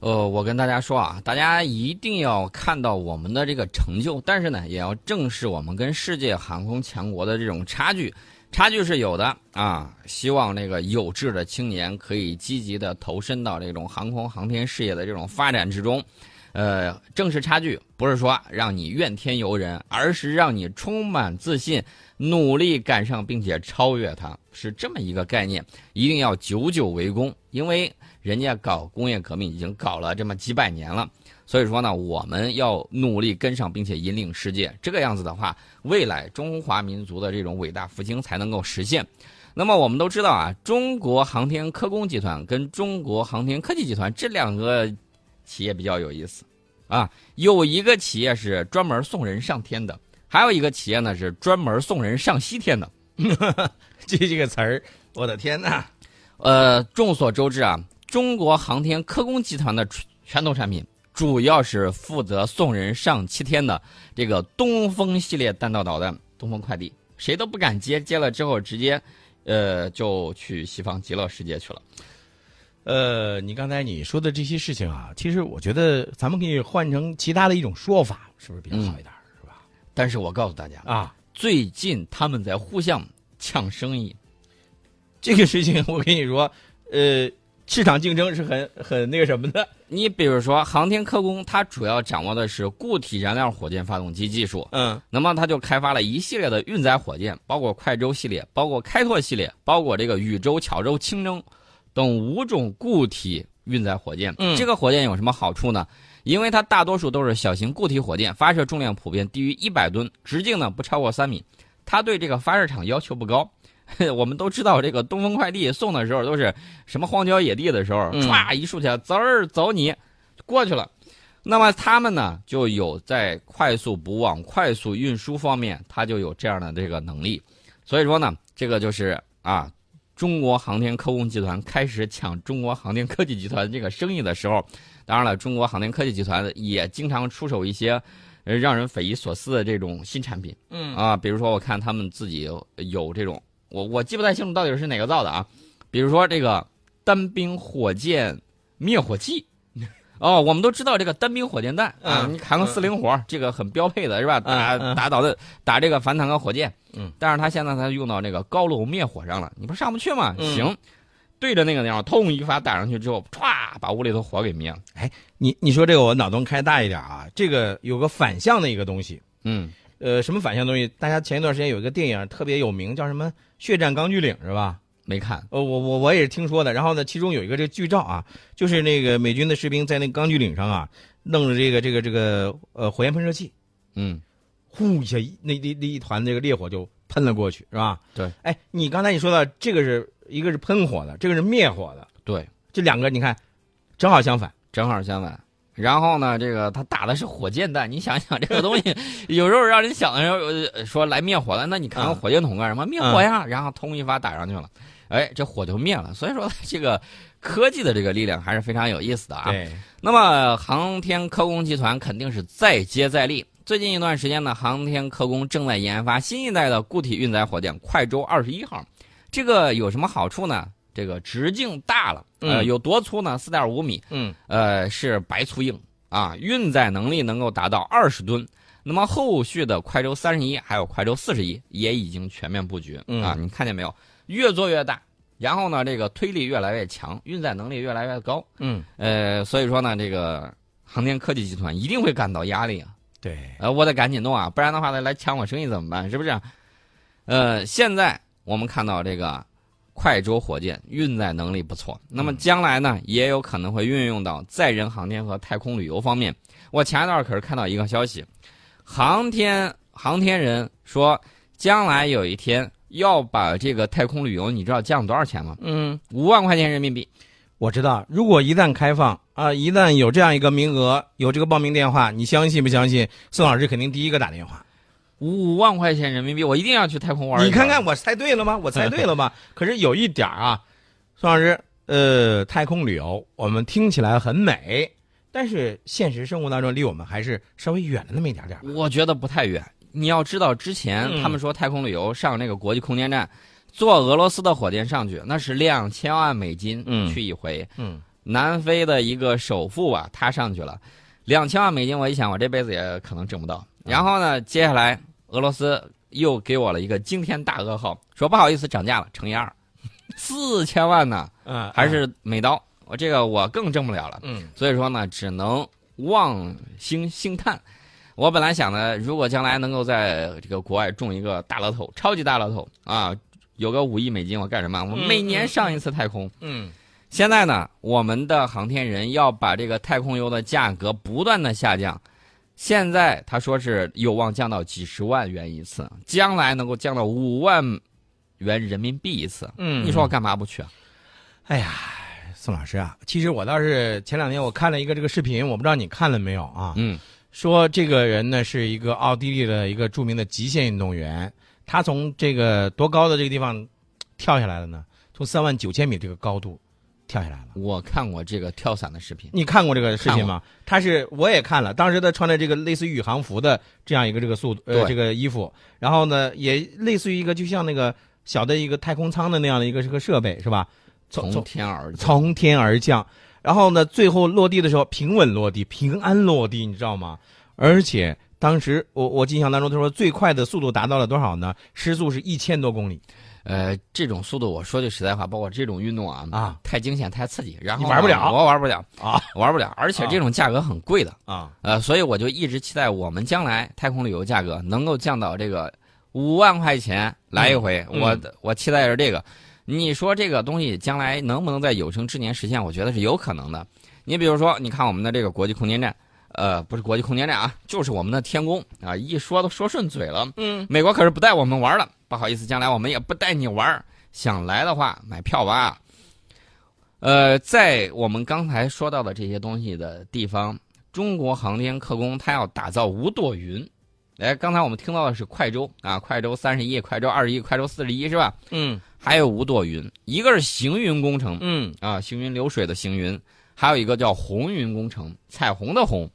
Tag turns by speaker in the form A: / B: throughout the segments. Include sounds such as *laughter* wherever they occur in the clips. A: 呃，我跟大家说啊，大家一定要看到我们的这个成就，但是呢，也要正视我们跟世界航空强国的这种差距，差距是有的啊。希望那个有志的青年可以积极的投身到这种航空航天事业的这种发展之中。呃，正视差距，不是说让你怨天尤人，而是让你充满自信，努力赶上并且超越它，是这么一个概念。一定要久久为功，因为人家搞工业革命已经搞了这么几百年了，所以说呢，我们要努力跟上并且引领世界。这个样子的话，未来中华民族的这种伟大复兴才能够实现。那么我们都知道啊，中国航天科工集团跟中国航天科技集团这两个企业比较有意思，啊，有一个企业是专门送人上天的，还有一个企业呢是专门送人上西天的。
B: 这这个词儿，我的天呐！
A: 呃，众所周知啊，中国航天科工集团的传传统产品主要是负责送人上西天的这个东风系列弹道导弹“东风快递”，谁都不敢接，接了之后直接，呃，就去西方极乐世界去了。
B: 呃，你刚才你说的这些事情啊，其实我觉得咱们可以换成其他的一种说法，是不是比较好一点儿？是吧？
A: 但是我告诉大家，
B: 啊，
A: 最近他们在互相抢生意，
B: 这个事情我跟你说，呃，市场竞争是很很那个什么的。
A: 你比如说，航天科工它主要掌握的是固体燃料火箭发动机技术，
B: 嗯，
A: 那么它就开发了一系列的运载火箭，包括快舟系列，包括开拓系列，包括这个宇宙、巧舟、轻舟等五种固体运载火箭。
B: 嗯
A: 这个火箭有什么好处呢？因为它大多数都是小型固体火箭，发射重量普遍低于一百吨，直径呢不超过三米，它对这个发射场要求不高。 *laughs* 我们都知道，这个东风快递送的时候都是什么荒郊野地的时候，
B: 嗯
A: 歘、一竖起来，滋儿走你过去了。那么他们呢，就有在快速补网、快速运输方面，它就有这样的这个能力。所以说呢，这个就是啊，中国航天科工集团开始抢中国航天科技集团这个生意的时候， *laughs* 当然了，中国航天科技集团也经常出手一些呃让人匪夷所思的这种新产品。
B: 嗯
A: 啊，比如说我看他们自己有有这种，我我记不太清楚到底是哪个造的啊。比如说这个单兵火箭灭火器，哦，我们都知道这个单兵火箭弹啊，
B: 嗯
A: 你扛个四零火，这个很标配的是吧？打
B: 嗯嗯
A: 打导弹，打这个反坦克火箭。
B: 嗯，
A: 但是它现在它用到这个高楼灭火上了，你不是上不去吗？
B: 嗯
A: 行，对着那个地方，通一发打上去之后，歘，把屋里头火给灭了。
B: 你你说这个，我脑洞开大一点啊，这个有个反向的一个东西。
A: 嗯，
B: 呃，什么反向东西？大家前一段时间有一个电影特别有名，叫什么《血战钢锯岭》是吧？
A: 没看，
B: 呃，我我我也是听说的。然后呢，其中有一个这个剧照啊，就是那个美军的士兵在那个钢锯岭上啊，弄着这个这个这个呃火焰喷射器，
A: 嗯，
B: 呼一下，一那那那一团这个烈火就喷了过去，是吧？
A: 对。
B: 哎，你刚才你说到这个是一个是喷火的，这个是灭火的，
A: 对。
B: 这两个你看正好相反。
A: 正好相反。然后呢，这个他打的是火箭弹，你想想这个东
B: *laughs*
A: 西，有时候让人想的时候呃说来灭火了，那你扛个
B: 嗯
A: 火箭筒干什么？灭火呀！然后通一发打上去了，哎，这火就灭了。所以说这个科技的这个力量还是非常有意思的啊。
B: 对，
A: 那么，航天科工集团肯定是再接再厉。最近一段时间呢，航天科工正在研发新一代的固体运载火箭“快舟二十一号”。这个有什么好处呢？这个直径大了，呃，
B: 嗯
A: 有多粗呢？四点五米，
B: 嗯，
A: 呃，是白粗硬啊，运载能力能够达到二十吨。那么后续的快舟三十一还有快舟四十一也已经全面布局、
B: 嗯
A: 啊，你看见没有？越做越大，然后呢，这个推力越来越强，运载能力越来越高。
B: 嗯，
A: 呃，所以说呢，这个航天科技集团一定会感到压力啊，
B: 对，
A: 呃，我得赶紧弄啊，不然的话他来抢我生意怎么办？是不是？呃，现在我们看到这个快舟火箭运载能力不错，那
B: 嗯
A: 么将来呢，也有可能会运用到载人航天和太空旅游方面。我前一段可是看到一个消息，航天航天人说，将来有一天要把这个太空旅游，你知道降多少钱吗？
B: 嗯，
A: 五万块钱人民币。
B: 我知道，如果一旦开放啊、一旦有这样一个名额，有这个报名电话，你相信不相信？宋老师肯定第一个打电话。
A: 五万块钱人民币，我一定要去太空玩一
B: 你看
A: 圈
B: 看，我猜对了吗？我猜对了
A: *laughs*
B: 吗？可是有一点儿啊，宋老师，呃，太空旅游我们听起来很美，但是现实生活当中离我们还是稍微远了那么一点点儿吧。
A: 我觉得不太远。你要知道，之前
B: 嗯
A: 他们说太空旅游上那个国际空间站，坐俄罗斯的火箭上去，那是两千万美金
B: 嗯
A: 去一回。
B: 嗯，
A: 南非的一个首富啊，他上去了，两千万美金，我一想我这辈子也可能挣不到。
B: 嗯
A: 然后呢，接下来俄罗斯又给我了一个惊天大噩耗，说不好意思涨价了，乘以二，四千万呢，
B: 嗯，
A: 呃还是美刀，我这个我更挣不了了。
B: 嗯
A: 所以说呢，只能望星星叹。我本来想呢，如果将来能够在这个国外中一个大乐透，超级大乐透啊，有个五亿美金，我干什么？我
B: 嗯
A: 每年上一次太空。
B: 嗯
A: 现在呢，我们的航天人要把这个太空游的价格不断的下降。现在他说是有望降到几十万元一次，将来能够降到五万元人民币一次。
B: 嗯，
A: 你说我干嘛不去啊？
B: 哎呀，宋老师啊，其实我倒是前两天我看了一个这个视频，我不知道你看了没有啊？
A: 嗯
B: 说这个人呢是一个奥地利的一个著名的极限运动员，他从这个多高的这个地方跳下来了呢？从三万九千米这个高度跳下来了。
A: 我看过这个跳伞的视频。
B: 你看过这个视频吗？他是我也看了，当时他穿着这个类似于宇航服的这样一个这个速度呃
A: 对
B: 这个衣服，然后呢也类似于一个就像那个小的一个太空舱的那样的一个这个设备是吧？从
A: 从
B: 从
A: 天而降。
B: 从天而降，然后呢最后落地的时候平稳落地，平安落地，你知道吗？而且当时我我印象当中他说最快的速度达到了多少呢？时速是一千多公里，
A: 呃，这种速度，我说句实在话，包括这种运动啊，
B: 啊
A: 太惊险、太刺激，然后
B: 你
A: 呢
B: 玩不了
A: 我玩不了
B: 啊，
A: 玩不了，而且这种价格很贵的，
B: 啊
A: 呃，所以我就一直期待我们将来太空旅游价格能够降到这个五万块钱来一回，
B: 嗯
A: 我
B: 嗯
A: 我期待着这个。你说这个东西将来能不能在有生之年实现？我觉得是有可能的。你比如说，你看我们的这个国际空间站，呃，不是国际空间站啊，就是我们的天宫啊，一说都说顺嘴了。
B: 嗯，
A: 美国可是不带我们玩了，不好意思，将来我们也不带你玩儿。想来的话，买票吧。呃，在我们刚才说到的这些东西的地方，中国航天科工它要打造五朵云。哎，刚才我们听到的是快舟啊，快舟三十一，快舟二十一，快舟四十一是吧？
B: 嗯
A: 还有五朵云，一个是行云工程，
B: 嗯
A: 啊，行云流水的行云，还有一个叫红云工程，彩虹的红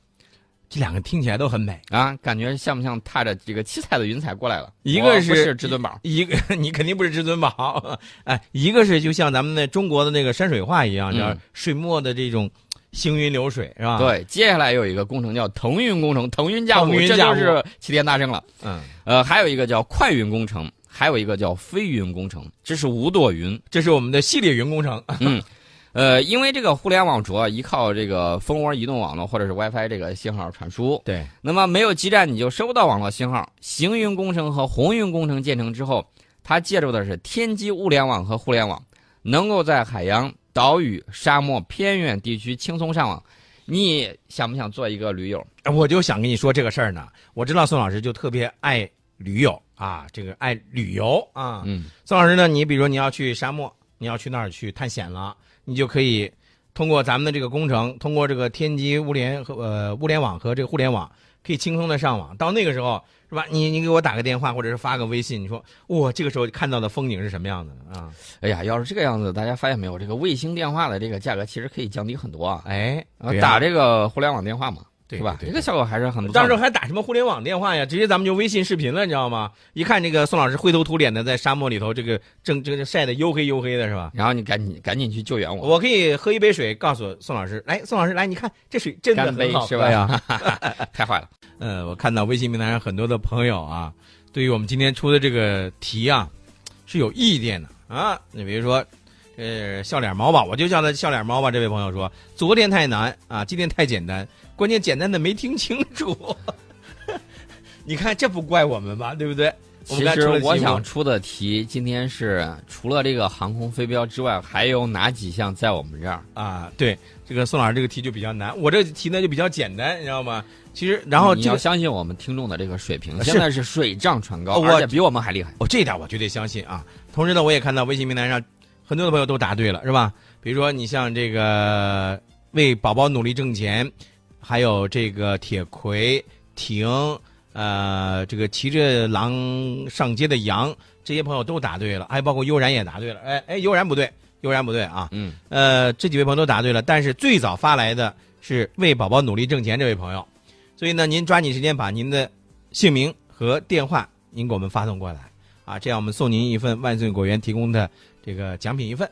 B: 这两个听起来都很美。
A: 啊，感觉像不像踏着这个七彩的云彩过来了？
B: 一
A: 我
B: 个
A: 不
B: 是
A: 是至尊宝，
B: 一个 *laughs* 你肯定不是至尊宝， *laughs* 哎，一个是就像咱们那中国的那个山水画一样，
A: 嗯
B: 叫水墨的这种行云流水，是吧？，
A: 对，接下来有一个工程叫腾云工程，腾云驾雾
B: 腾，云
A: 这
B: 驾
A: 就
B: 雾
A: 是齐天大圣了。
B: 嗯，
A: 呃，还有一个叫快云工程，还有一个叫飞云工程，这是五朵云。
B: 这是我们的系列云工程，
A: 呃，因为这个互联网主要依靠这个蜂窝移动网络或者是 WiFi 这个信号传输，
B: *laughs* 对，
A: 那么没有基站你就收不到网络信号。行云工程和红云工程建成之后，它借助的是天基物联网和互联网，能够在海洋、岛屿、沙漠、偏远地区轻松上网。你想不想做一个驴友？
B: 我就想跟你说这个事儿呢。我知道宋老师就特别爱驴友啊，这个爱旅游啊。
A: 嗯。
B: 宋老师呢，你比如说你要去沙漠，你要去那儿去探险了，你就可以通过咱们的这个工程，通过这个天基物联和呃物联网和这个互联网，可以轻松的上网。到那个时候是吧？你你给我打个电话或者是发个微信，你说我这个时候看到的风景是什么样子的啊？
A: 哎呀，要是这个样子，大家发现没有，这个卫星电话的这个价格其实可以降低很多啊。
B: 哎，
A: 呃
B: 对啊
A: 打这个互联网电话嘛，
B: 对
A: 是吧？
B: 对
A: 这个效果还是很不错
B: 到
A: 的。
B: 时候还打什么互联网电话呀？直接咱们就微信视频了，你知道吗？一看这个宋老师灰头土脸的在沙漠里头，这个正这个晒得黝黑黝黑的，是吧？
A: 然后你赶紧赶紧去救援我。
B: 我可以喝一杯水，告诉宋老师，来，宋老师，来，你看这水真的
A: 干杯
B: 很好
A: 是
B: 喝
A: 吧
B: 呀？
A: *laughs* 太坏 *laughs* 了，
B: 呃，我看到微信平台上很多的朋友啊，对于我们今天出的这个题啊，是有意见的啊。你比如说，呃，笑脸猫吧，我就叫他笑脸猫吧。这位朋友说，昨天太难啊，今天太简单，关键简单的没听清楚。 *laughs* 你看，这不怪我们吧，对不对？我们
A: 其
B: 刚
A: 实
B: 才出了
A: 我
B: 题目
A: 想出的题今天是除了这个航空飞镖之外，还有哪几项在我们这儿？
B: 啊，对这个宋老师这个题就比较难，我这题呢就比较简单，你知道吗？其实，然后
A: 你
B: 这
A: 要
B: 个
A: 相信我们听众的这个水平，
B: 是
A: 现呃在是水涨船高，
B: 我
A: 而且比我们还厉害。
B: 哦，这点我绝对相信啊。同时呢，我也看到微信平台上很多的朋友都答对了，是吧？比如说你像这个为宝宝努力挣钱，还有这个铁葵、婷，呃，这个骑着狼上街的羊，这些朋友都答对了，还包括悠然也答对了。哎哎，悠然不对，悠然不对啊。
A: 嗯，
B: 呃，这几位朋友都答对了，但是最早发来的是为宝宝努力挣钱这位朋友，所以呢，您抓紧时间把您的姓名和电话您给我们发送过来啊，这样我们送您一份万岁果园提供的这个奖品一份。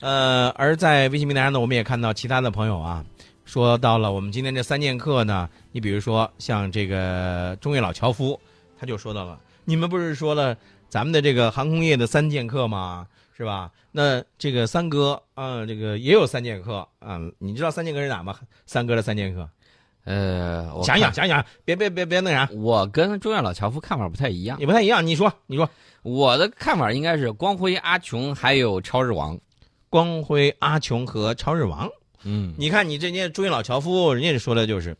B: 呃，而在微信平台上呢，我们也看到其他的朋友啊，说到了我们今天这三剑客呢，你比如说像这个中越老樵夫，他就说到了，你们不是说了咱们的这个航空业的三剑客吗？是吧？那这个三哥，嗯、这个也有三剑客，嗯，你知道三剑客是哪吗？三哥的三剑客，
A: 呃，我
B: 想想
A: 看，
B: 想想，别别别别那啥，
A: 我跟中原老樵夫看法不太一样，
B: 也不太一样。你说，你说，
A: 我的看法应该是光辉、阿琼还有超日王。
B: 光辉、阿琼和超日王，
A: 嗯，
B: 你看你这人家中原老樵夫，人家说的就是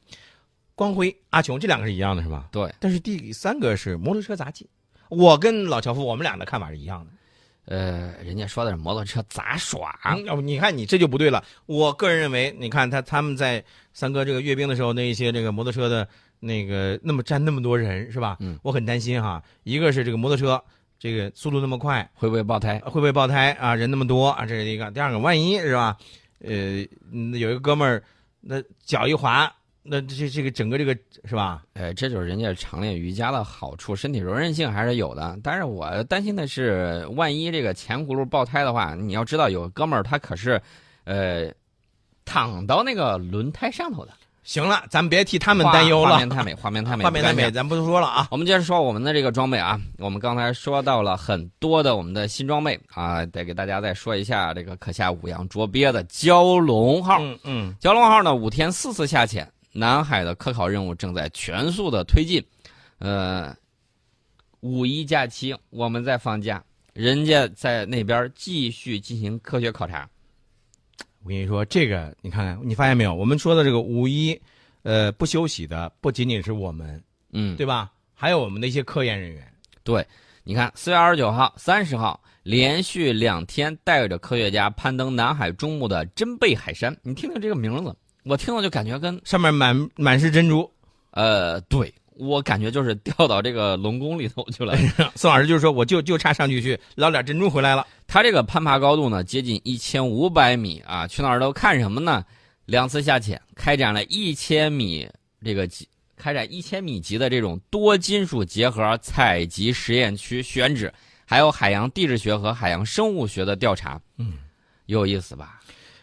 B: 光辉、阿琼这两个是一样的，是吧？
A: 对，
B: 但是第三个是摩托车杂技，我跟老樵夫我们俩的看法是一样的。
A: 呃，人家说的是摩托车杂耍，
B: 啊，要不你看你这就不对了。我个人认为，你看他他们在三哥这个阅兵的时候，那一些这个摩托车的那个那么站那么多人是吧？
A: 嗯，
B: 我很担心哈。一个是这个摩托车这个速度那么快，
A: 会不会爆胎？
B: 会不会爆胎啊？人那么多啊，这是一个。第二个，万一是吧？呃，嗯有一个哥们儿那脚一滑，那这这个整个这个是吧？
A: 呃，这就是人家常练瑜伽的好处，身体柔韧性还是有的。但是我担心的是，万一这个前轱辘爆胎的话，你要知道，有哥们儿他可是，呃，躺到那个轮胎上头的。
B: 行了，咱们别替他们担忧
A: 画画
B: 了
A: 面。太美，画面太美，
B: *laughs* 画面太
A: 不敢
B: 美，
A: 讲。
B: 咱不说了啊。
A: 我们接着说我们的这个装备啊，我们刚才说到了很多的我们的新装备啊，得给大家再说一下这个可下五洋捉鳖的蛟龙号。
B: 嗯嗯，
A: 蛟龙号呢，五天四次下潜，南海的科考任务正在全速的推进。呃，五一假期我们在放假，人家在那边继续进行科学考察。
B: 我跟你说，这个你看看，你发现没有？我们说的这个五一，呃，不休息的不仅仅是我们，
A: 嗯，
B: 对吧？还有我们的一些科研人员。
A: 你看，四月二十九号、三十号连续两天带着科学家攀登南海中部的真贝海山。你听听这个名字，我听了就感觉跟
B: 上面满满是珍珠。
A: 呃，对我感觉就是掉到这个龙宫里头去了。
B: 宋老师就是说，我就就差上去去捞点珍珠回来了。
A: 它这个攀爬高度呢，接近一千五百米啊，去哪儿都看什么呢？两次下潜，开展了一千米这个级，开展一千米级的这种多金属结合采集实验区选址，还有海洋地质学和海洋生物学的调查。
B: 嗯，
A: 有意思吧？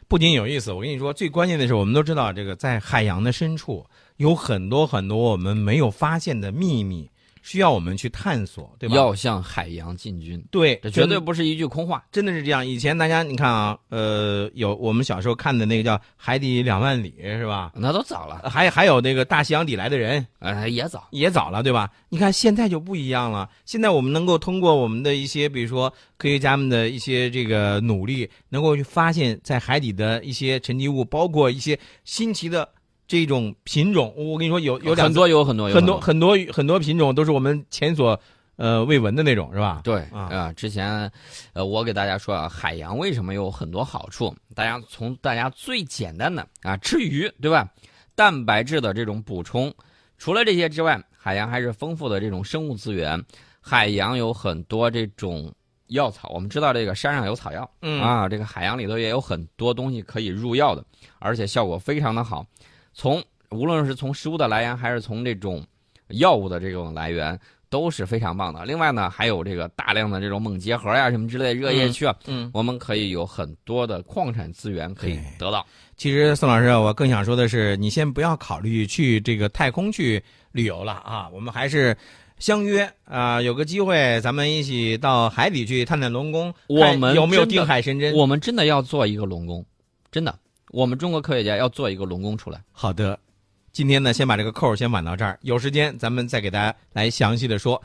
B: 不仅有意思，我跟你说，最关键的是，我们都知道这个在海洋的深处有很多很多我们没有发现的秘密，需要我们去探索，对吧？
A: 要向海洋进军，
B: 对，
A: 这绝对
B: 真
A: 不是一句空话。
B: 真的是这样。以前大家你看啊，呃，有我们小时候看的那个叫《海底两万里》，是吧？
A: 那都早了，
B: 还还有那个大西洋底来的人，
A: 呃，也早。
B: 也早了，对吧？你看现在就不一样了，现在我们能够通过我们的一些，比如说科学家们的一些这个努力，能够去发现，在海底的一些沉积物，包括一些新奇的这种品种。我跟你说，有有两
A: 很多，有很多，有
B: 很多很多很多品种都是我们前所呃未闻的那种，是吧？
A: 对
B: 啊
A: 之前，呃，我给大家说啊，海洋为什么有很多好处？大家从大家最简单的啊，吃鱼，对吧？蛋白质的这种补充，除了这些之外，海洋还是丰富的这种生物资源。海洋有很多这种药草，我们知道这个山上有草药，
B: 嗯
A: 啊，这个海洋里头也有很多东西可以入药的，而且效果非常的好。从无论是从食物的来源，还是从这种呃药物的这种来源，都是非常棒的。另外呢，还有这个大量的这种锰结核呀、什么之类的热液去啊，
B: 嗯，
A: 我们可以有很多的矿产资源可以
B: 对
A: 得到。
B: 其实宋老师啊，我更想说的是，你先不要考虑去这个太空去旅游了啊，我们还是。相约啊、有个机会，咱们一起到海底去探探龙宫，
A: 我
B: 看
A: 们
B: 有没有
A: 真的
B: 定海神针？
A: 我们真的要做一个龙宫，真的，我们中国科学家要做一个龙宫出来。
B: 好的，今天呢，先把这个扣儿先挽到这儿，有时间咱们再给大家来详细的说。